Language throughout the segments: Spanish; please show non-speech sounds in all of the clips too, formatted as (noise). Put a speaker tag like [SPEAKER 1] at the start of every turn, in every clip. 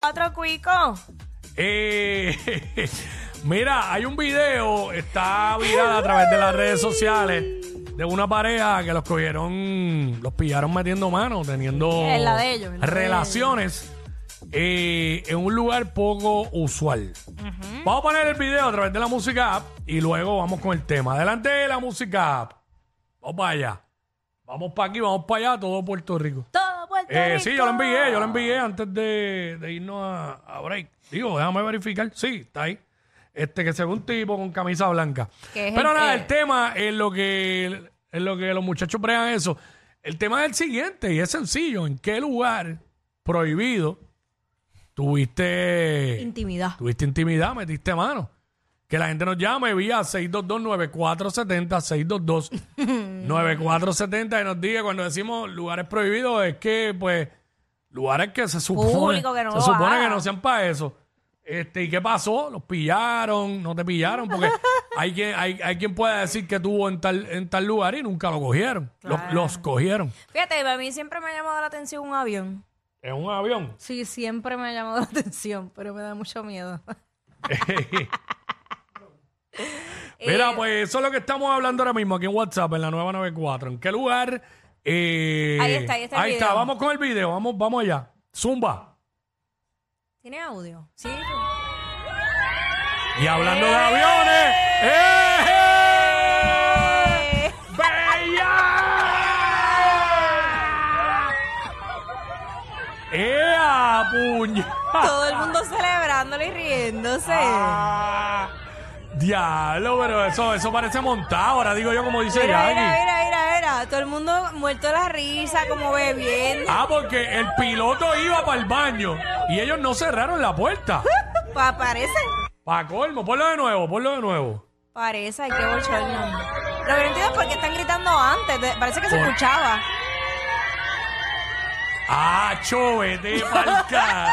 [SPEAKER 1] Otro cuico.
[SPEAKER 2] Eh, (laughs) mira, hay un video, está viral a través de las redes sociales, de una pareja que los cogieron, los pillaron metiendo mano, teniendo
[SPEAKER 1] Es la de ellos, es la de
[SPEAKER 2] relaciones eh, en un lugar poco usual. Vamos a poner el video a través de la música app y luego vamos con el tema. Adelante la música app. Vamos para allá. Vamos para aquí, vamos para allá, todo Puerto Rico.
[SPEAKER 1] Todo Puerto
[SPEAKER 2] Eh, sí, yo lo
[SPEAKER 1] Rico.
[SPEAKER 2] envié, yo lo envié antes de, de irnos a, a break. Digo, déjame verificar. Sí, está ahí. Este que se ve un tipo con camisa blanca.
[SPEAKER 1] Que es
[SPEAKER 2] Pero
[SPEAKER 1] el-
[SPEAKER 2] nada,
[SPEAKER 1] eh.
[SPEAKER 2] el tema es lo que es lo que los muchachos bregan eso. El tema es el siguiente y es sencillo. ¿En qué lugar prohibido tuviste,
[SPEAKER 1] Intimidad.
[SPEAKER 2] tuviste intimidad, metiste mano? Que la gente nos llame vía 622-9470, 622-9470 y nos diga cuando decimos lugares prohibidos es que, pues, lugares que se supone,
[SPEAKER 1] Público que no
[SPEAKER 2] se
[SPEAKER 1] lo
[SPEAKER 2] supone
[SPEAKER 1] haga.
[SPEAKER 2] que no sean para eso. Este, ¿Y qué pasó? ¿Los pillaron? ¿No te
[SPEAKER 1] (laughs)
[SPEAKER 2] pillaron? Porque hay quien, hay, hay quien puede decir que tuvo en tal, en tal lugar y nunca lo cogieron. Los-
[SPEAKER 1] Claro.
[SPEAKER 2] Los, cogieron.
[SPEAKER 1] Fíjate, a mí siempre me ha llamado la atención un avión.
[SPEAKER 2] En un avión.
[SPEAKER 1] Sí, siempre me ha llamado (laughs) la atención, pero me da mucho miedo. Eh,
[SPEAKER 2] Mira, pues eso es lo que estamos hablando ahora mismo aquí en WhatsApp, en la nueva 94. ¿En qué lugar? Eh,
[SPEAKER 1] Ahí está, ahí está el
[SPEAKER 2] Ahí está,
[SPEAKER 1] video.
[SPEAKER 2] vamos con el video, vamos, vamos allá. Zumba.
[SPEAKER 1] ¿Tiene audio? Sí.
[SPEAKER 2] Y hablando de aviones. ¡eh! ¡Bella! ¡Ea, puña!
[SPEAKER 1] (laughs) Todo el mundo celebrándolo y riéndose.
[SPEAKER 2] Ah,
[SPEAKER 1] Ah.
[SPEAKER 2] Diablo, pero eso, eso parece montado. Ahora digo yo como dice
[SPEAKER 1] Mira,
[SPEAKER 2] Jackie.
[SPEAKER 1] mira, mira, mira, mira. Todo el mundo muerto de la risa, como bebiendo.
[SPEAKER 2] Ah, porque el piloto iba para el baño y ellos no cerraron la puerta.
[SPEAKER 1] Pa- parece,
[SPEAKER 2] Pa' colmo, ponlo de nuevo, ponlo de nuevo.
[SPEAKER 1] parece, ay, qué bochorno. Lo que no entiendo es por qué están gritando antes. de- parece que se
[SPEAKER 2] Por-
[SPEAKER 1] escuchaba.
[SPEAKER 2] Ah, chovete,
[SPEAKER 1] (laughs)
[SPEAKER 2] palca.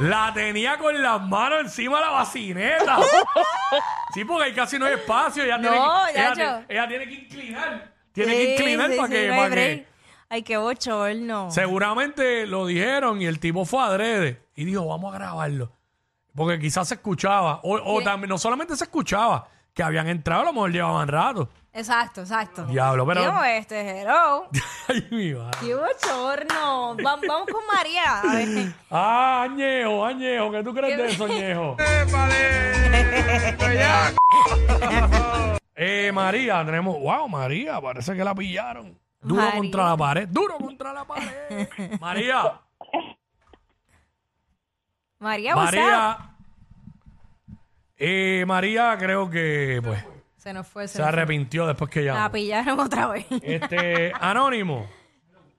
[SPEAKER 2] La tenía con las manos encima de la vacineta. Sí, porque ahí casi no hay espacio. Ella, tiene,
[SPEAKER 1] No,
[SPEAKER 2] que, ella,
[SPEAKER 1] Nacho.
[SPEAKER 2] te- ella tiene que inclinar. Tiene
[SPEAKER 1] Sí,
[SPEAKER 2] que inclinar
[SPEAKER 1] sí,
[SPEAKER 2] para
[SPEAKER 1] sí,
[SPEAKER 2] que,
[SPEAKER 1] no hay
[SPEAKER 2] para que-
[SPEAKER 1] break. Ay, qué bochorno.
[SPEAKER 2] Seguramente lo dijeron y el tipo fue adrede y dijo, vamos a grabarlo. Porque quizás se escuchaba. O, o también, no solamente se escuchaba, que habían entrado, a lo mejor llevaban rato. (laughs)
[SPEAKER 1] Exacto, exacto.
[SPEAKER 2] Diablo, pero-
[SPEAKER 1] Digo, este, hello.
[SPEAKER 2] Ay, mi madre.
[SPEAKER 1] Qué bochorno. Va- vamos con María. A ver.
[SPEAKER 2] Ah, añejo, añejo, ¿qué tú crees de eso, añejo? (laughs) eh, María, tenemos. ¡Wow, María! Parece que la pillaron. Duro
[SPEAKER 1] María.
[SPEAKER 2] contra la pared, duro contra la pared. María,
[SPEAKER 1] María, what's up?
[SPEAKER 2] María. Eh, María, creo que pues
[SPEAKER 1] Se nos fue. Se
[SPEAKER 2] se
[SPEAKER 1] nos fue.
[SPEAKER 2] arrepintió después que
[SPEAKER 1] La
[SPEAKER 2] llamó.
[SPEAKER 1] pillaron otra vez.
[SPEAKER 2] Este, Anónimo.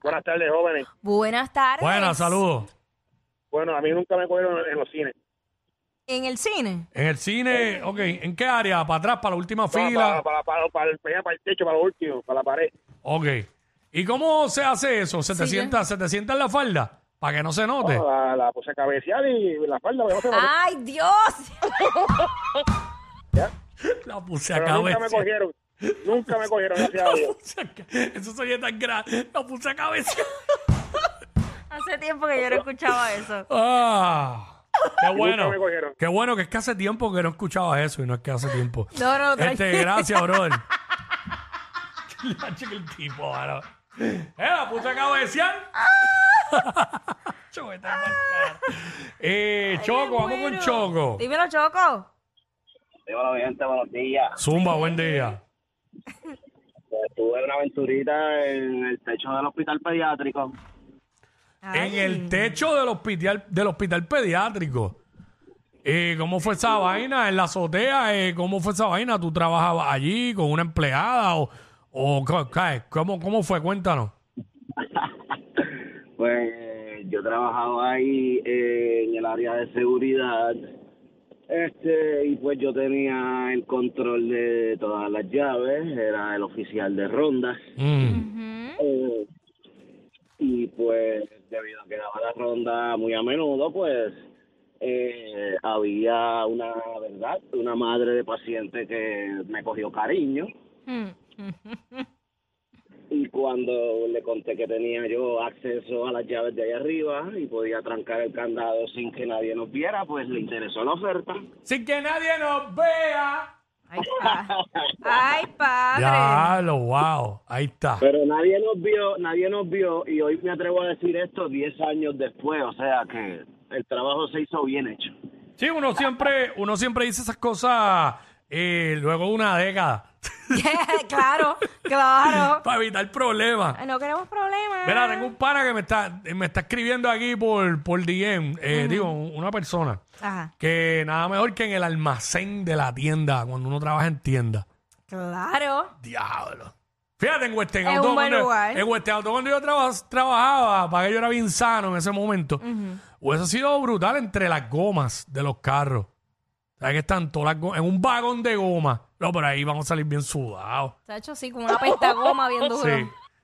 [SPEAKER 3] Buenas tardes, jóvenes.
[SPEAKER 1] Buenas tardes.
[SPEAKER 2] Buenas, saludos.
[SPEAKER 3] Bueno, a mí nunca me cogieron en los cines.
[SPEAKER 1] ¿En el cine?
[SPEAKER 2] En el cine, ok, ¿en qué área? ¿Para atrás, para la última
[SPEAKER 3] No, Para,
[SPEAKER 2] fila?
[SPEAKER 3] para, para, para el, para el techo, para lo último, para la pared.
[SPEAKER 2] Ok. ¿Y cómo se hace eso? ¿Se te,
[SPEAKER 1] Sí,
[SPEAKER 2] sienta, ¿se te sienta en la falda? Para que no se note.
[SPEAKER 3] No, la, la puse a cabecear y la espalda me bajó.
[SPEAKER 1] ¡Ay, Dios! (laughs)
[SPEAKER 2] La puse a
[SPEAKER 3] Pero nunca me
[SPEAKER 2] cabeza.
[SPEAKER 3] cogieron. Nunca me cogieron, gracias a
[SPEAKER 2] (laughs)
[SPEAKER 4] (laughs)
[SPEAKER 3] Dios.
[SPEAKER 2] Eso se oye tan grave. La puse a cabeza.
[SPEAKER 1] Hace tiempo que yo no escuchaba eso.
[SPEAKER 2] Ah, qué bueno.
[SPEAKER 3] me cogieron.
[SPEAKER 2] Qué bueno que es que hace tiempo que no escuchaba eso y no es que hace tiempo.
[SPEAKER 1] (laughs) No, no,
[SPEAKER 2] Este,
[SPEAKER 1] tranquilo.
[SPEAKER 2] gracias,
[SPEAKER 1] (laughs)
[SPEAKER 2] brother. La chica, el tipo, mano.
[SPEAKER 1] Ah.
[SPEAKER 2] (laughs) Eh, la puse a cabecear. Chuleta, mal cara. Eh, Choco, vamos con Choco.
[SPEAKER 1] Dímelo, Choco.
[SPEAKER 4] Hola, mi gente, buenos días.
[SPEAKER 2] Zumba, buen día.
[SPEAKER 4] Pues, tuve una aventurita en el techo del hospital pediátrico.
[SPEAKER 2] En el techo del hospital, del hospital pediátrico. Eh, ¿Cómo fue esa vaina? En la azotea, eh, ¿cómo fue esa vaina? ¿Tú trabajabas allí con una empleada o, o co- cae? ¿cómo, cómo fue? Cuéntanos.
[SPEAKER 4] Pues yo trabajaba ahí eh, en el área de seguridad. Este, y pues yo tenía el control de todas las llaves, era el oficial de rondas.
[SPEAKER 2] Mm.
[SPEAKER 4] Eh, y pues, debido a que daba la ronda muy a menudo, pues eh, había una verdad, una madre de paciente que me cogió cariño. Y cuando le conté que tenía yo acceso a las llaves de ahí arriba y podía trancar el candado sin que nadie nos viera, pues le interesó la oferta.
[SPEAKER 2] Sin que nadie nos vea.
[SPEAKER 1] Ay, pa- Ay, padre. (laughs)
[SPEAKER 2] Ya, lo wow. Ahí está.
[SPEAKER 4] Pero nadie nos vio, nadie nos vio y hoy me atrevo a decir esto 10 años después, o sea que el trabajo se hizo bien hecho.
[SPEAKER 2] Sí, uno siempre, uno siempre dice esas cosas eh, luego de una década (laughs)
[SPEAKER 1] claro, claro.
[SPEAKER 2] para evitar problemas.
[SPEAKER 1] Ay, No queremos problemas.
[SPEAKER 2] Mira, tengo un pana que me está, me está escribiendo aquí por, por DM, eh, digo, un- una persona,
[SPEAKER 1] Ajá.
[SPEAKER 2] que nada mejor que en el almacén de la tienda, cuando uno trabaja en tienda.
[SPEAKER 1] Claro.
[SPEAKER 2] Diablo. Fíjate, en Western
[SPEAKER 1] Es
[SPEAKER 2] Auto,
[SPEAKER 1] un buen
[SPEAKER 2] cuando-
[SPEAKER 1] lugar.
[SPEAKER 2] en Western Auto, cuando yo traba- trabajaba, para que yo era bien sano en ese momento, hubiese sido brutal entre las gomas de los carros. ¿Sabes que están todas las gomas? En un vagón de goma. No, pero ahí vamos a salir bien sudados.
[SPEAKER 1] Se ha hecho así con una pesta goma bien duro.
[SPEAKER 2] Sí.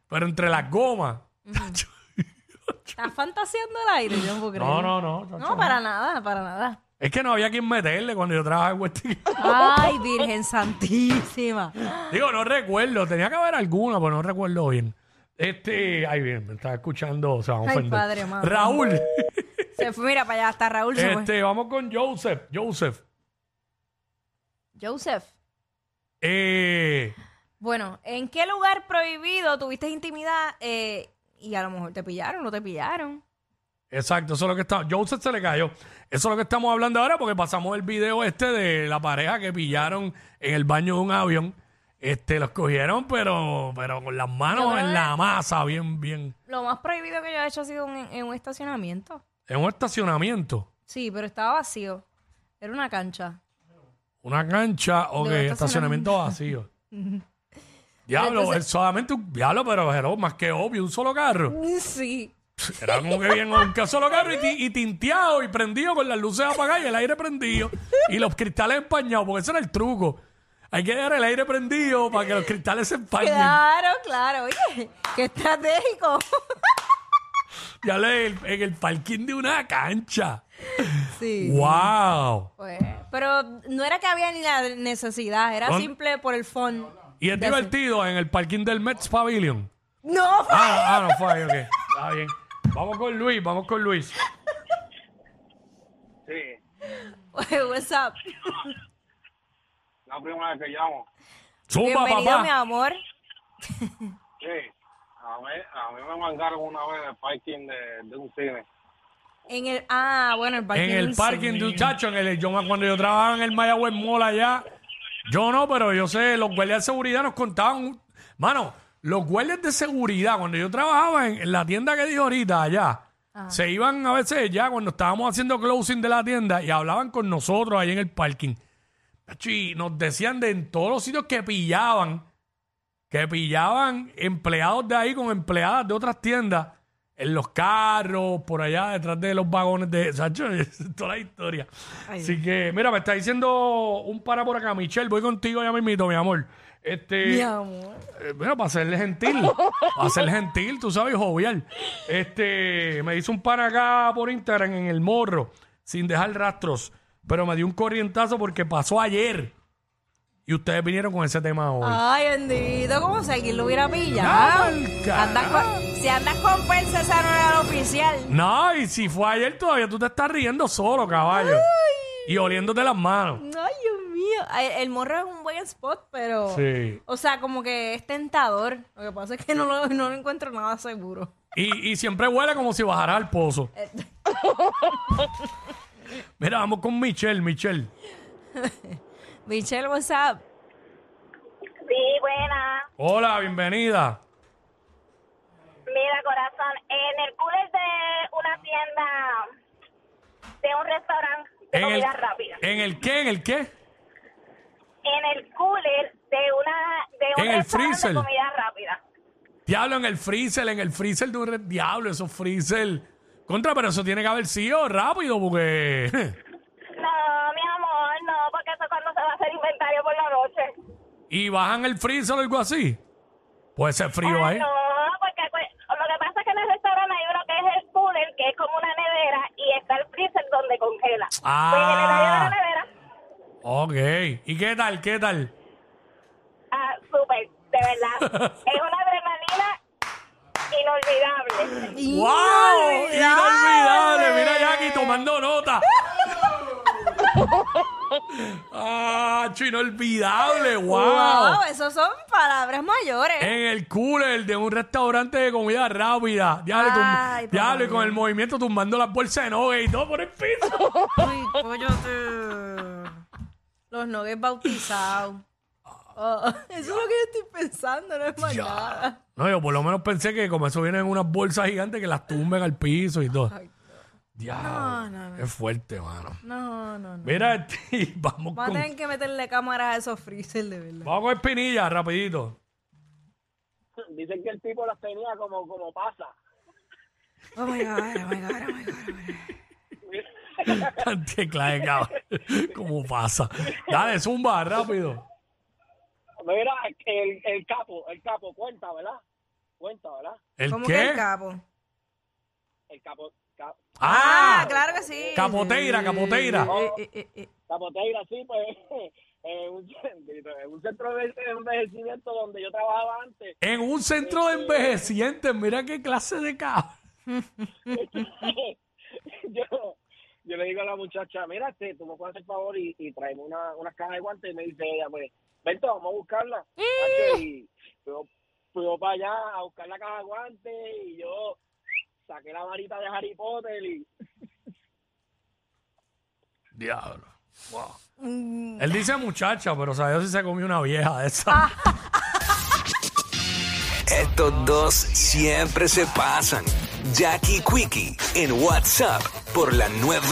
[SPEAKER 2] Pero entre las gomas.
[SPEAKER 1] Estás fantaseando el aire, yo no puedo creer.
[SPEAKER 2] No, no, no. chacho,
[SPEAKER 1] No, para nada, para nada.
[SPEAKER 2] Es que no había quien meterle cuando yo trabajaba en Westin.
[SPEAKER 1] Ay, Virgen Santísima.
[SPEAKER 2] Digo, no recuerdo. Tenía que haber alguna, pero no recuerdo bien. Este, ay, bien, me está escuchando, o sea, vamos a
[SPEAKER 1] Ay,
[SPEAKER 2] ofender.
[SPEAKER 1] padre, madre.
[SPEAKER 2] Raúl, (laughs)
[SPEAKER 1] Se fue, mira, para allá hasta Raúl se fue.
[SPEAKER 2] este, vamos con Joseph. Joseph,
[SPEAKER 1] Joseph.
[SPEAKER 2] eh,
[SPEAKER 1] Bueno, ¿en qué lugar prohibido tuviste intimidad eh, y a lo mejor te pillaron, no te pillaron?
[SPEAKER 2] exacto, eso es lo que está. Joseph se le cayó. Eso es lo que estamos hablando ahora porque pasamos el video este de la pareja que pillaron en el baño de un avión. Este, los cogieron, pero, pero con las
[SPEAKER 1] Yo
[SPEAKER 2] manos
[SPEAKER 1] creo
[SPEAKER 2] en
[SPEAKER 1] que-
[SPEAKER 2] la masa, bien, bien.
[SPEAKER 1] Lo más prohibido que yo he hecho ha sido en, en un estacionamiento.
[SPEAKER 2] En un estacionamiento.
[SPEAKER 1] Sí, pero estaba vacío. Era una cancha.
[SPEAKER 2] Una cancha, ok,
[SPEAKER 1] De un
[SPEAKER 2] estacionamiento vacío. diablo, es solamente un diablo, pero Jerón, más que obvio, un
[SPEAKER 1] (laughs)
[SPEAKER 2] solo carro.
[SPEAKER 1] Sí.
[SPEAKER 2] Era como que bien, un ca- solo carro y, ti- y tinteado y prendido con las luces apagadas y el aire prendido y los cristales empañados, porque ese era el truco. Hay que dejar el aire prendido para que los cristales se empañen.
[SPEAKER 1] Claro, claro. Oye, qué estratégico. (laughs)
[SPEAKER 2] Ya le en el parking de una cancha.
[SPEAKER 1] Sí.
[SPEAKER 2] ¡Wow!
[SPEAKER 1] Pues, pero no era que había ni la necesidad, era
[SPEAKER 2] ¿Dónde?
[SPEAKER 1] simple por el fondo.
[SPEAKER 2] Y es divertido en el parking del Mets Pavilion.
[SPEAKER 1] No, (laughs) fue-
[SPEAKER 2] Ah, ah, no fue ahí, ok. Está bien. Vamos con Luis, vamos con Luis.
[SPEAKER 3] Sí,
[SPEAKER 1] what's up?
[SPEAKER 3] la primera vez que llamo.
[SPEAKER 2] Zumba,
[SPEAKER 1] Bienvenido,
[SPEAKER 2] papá.
[SPEAKER 1] mi amor.
[SPEAKER 3] Sí, a mí, a mí me mandaron una vez en el parking de, de un cine.
[SPEAKER 1] En el, ah, bueno, el parking.
[SPEAKER 2] En
[SPEAKER 1] de
[SPEAKER 2] el
[SPEAKER 1] un
[SPEAKER 2] parking
[SPEAKER 1] cine.
[SPEAKER 2] de un chacho, en el, yo, me- cuando yo trabajaba en el Mayagüez Mall allá, yo no, pero yo sé, los guardias de seguridad nos contaban, un- mano, los guardias de seguridad, cuando yo trabajaba en, en la tienda que dije ahorita allá,
[SPEAKER 1] Ah.
[SPEAKER 2] se iban a veces ya cuando estábamos haciendo closing de la tienda y hablaban con nosotros ahí en el parking. Tacho, Y nos decían de en todos los sitios que pillaban, que pillaban empleados de ahí con empleadas de otras tiendas, en los carros, por allá detrás de los vagones de Sancho, (laughs) es toda la historia. Así que, mira, me está diciendo un para por acá, Michelle, voy contigo ya mismito, mi amor. Este,
[SPEAKER 1] Mi amor.
[SPEAKER 2] eh, Bueno, para serle
[SPEAKER 5] (laughs)
[SPEAKER 2] gentil. para serle gentil, tú sabes, jovial. Este, me hizo un pan acá por Instagram en el morro, sin dejar rastros. Pero me dio un corrientazo porque pasó ayer. Y ustedes vinieron con ese tema hoy.
[SPEAKER 5] Ah.
[SPEAKER 1] Ay, bendito, como si alguien lo hubiera
[SPEAKER 2] Ah,
[SPEAKER 1] pillado.
[SPEAKER 2] mal carajo.
[SPEAKER 1] Andas con- si andas con Persa, esa no era la oficial.
[SPEAKER 2] No, y si fue ayer todavía tú te estás riendo solo, caballo. Y oliéndote las manos.
[SPEAKER 1] Ay, Dios mío. Ay, El morro es un buen spot, pero.
[SPEAKER 2] Sí.
[SPEAKER 1] O sea, como que es tentador. Lo que pasa es que no lo, no lo encuentro nada seguro.
[SPEAKER 5] Eh.
[SPEAKER 2] Y, y siempre huele como si bajara al pozo. (laughs) Mira, vamos con Michelle, Michelle.
[SPEAKER 1] Michelle, what's up?
[SPEAKER 5] Sí, buena.
[SPEAKER 2] Hola, bienvenida.
[SPEAKER 5] Mira, corazón, en el cooler de una tienda, de un restaurante de
[SPEAKER 2] el,
[SPEAKER 5] comida rápida.
[SPEAKER 2] ¿En el qué? ¿En el qué?
[SPEAKER 5] En el cooler de una de un
[SPEAKER 2] En el
[SPEAKER 5] restaurante
[SPEAKER 2] freezer.
[SPEAKER 5] de comida rápida.
[SPEAKER 2] Diablo, en el freezer, en el freezer de un re- diablo, esos freezer. Contra, pero eso tiene que haber sido rápido porque... (laughs)
[SPEAKER 5] No, mi amor, no, porque eso es cuando se va a hacer inventario por la noche.
[SPEAKER 2] y bajan el freezer o algo así. Puede ser frío
[SPEAKER 5] Ah,
[SPEAKER 2] ahí.
[SPEAKER 5] No, porque pues, lo que pasa es que en el restaurante hay uno que es el cooler, que es como una nevera, y está el freezer donde congela.
[SPEAKER 2] Ah.
[SPEAKER 5] Pues en el área de la nevera,
[SPEAKER 2] Ok. ¿Y qué tal? ¿Qué tal?
[SPEAKER 5] ah, súper, de verdad. es una adrenalina inolvidable.
[SPEAKER 2] ¡Wow! Inolvidable. Mira Jackie tomando nota. (laughs) ¡Ah, chu, inolvidable! ¡Wow!
[SPEAKER 1] Wow, esos son palabras mayores.
[SPEAKER 2] En el cooler de un restaurante de comida rápida. Diablo, tum-
[SPEAKER 1] Ay, papá.
[SPEAKER 2] diablo, y con el movimiento tumbando las bolsas de nuggets y todo por el
[SPEAKER 1] (laughs)
[SPEAKER 2] piso.
[SPEAKER 1] Uy, cóllate. Los nogues bautizados. Oh, (laughs) eso es lo que yo estoy pensando, no es más nada.
[SPEAKER 2] No, yo por lo menos pensé que como eso vienen en unas bolsas gigantes que las tumben al piso y todo. Diablo. Es fuerte, mano.
[SPEAKER 1] No, no, no.
[SPEAKER 2] Mira, (laughs) este, vamos
[SPEAKER 1] Van a
[SPEAKER 2] con,
[SPEAKER 1] tener que meterle cámaras a esos freezer, de verdad.
[SPEAKER 2] vamos con espinilla, rapidito.
[SPEAKER 4] (laughs)
[SPEAKER 2] (laughs)
[SPEAKER 4] Dicen que el tipo las tenía como, como pasa.
[SPEAKER 1] Oh my god, oh my god, oh my god. oh my God.
[SPEAKER 2] Tecla de cabrón. (laughs) ¿Cómo pasa? Dale, zumba, rápido.
[SPEAKER 4] Mira, el, el capo, el capo, cuenta, ¿verdad? Cuenta, ¿verdad?
[SPEAKER 2] ¿El
[SPEAKER 1] ¿Cómo que
[SPEAKER 2] qué?
[SPEAKER 1] el capo?
[SPEAKER 4] El capo, ca-
[SPEAKER 1] Ah,
[SPEAKER 2] ah,
[SPEAKER 1] claro que sí.
[SPEAKER 2] Capoteira, capoteira.
[SPEAKER 1] Eh, eh, eh, eh.
[SPEAKER 4] Zapoteira, sí, pues, (laughs) en un, centro- en un centro de envejecimiento donde yo trabajaba antes,
[SPEAKER 2] en un centro de envejecientes, mira qué clase de cabrón.
[SPEAKER 4] (laughs) yo, yo le digo a la muchacha, mira, este, tú me puedes hacer favor y, y traeme una, unas cajas de guantes, y me dice ella, pues, vente, vamos a buscarla. Hacho, y fuimos, fuimos para allá a buscar la caja de guantes, y yo saqué la varita de Harry Potter, y
[SPEAKER 2] Diablo. Wow. Él dice muchacha, pero sabe si se comió una vieja de esa.
[SPEAKER 6] Estos dos siempre se pasan. Jackie Quickie en WhatsApp por la nueva.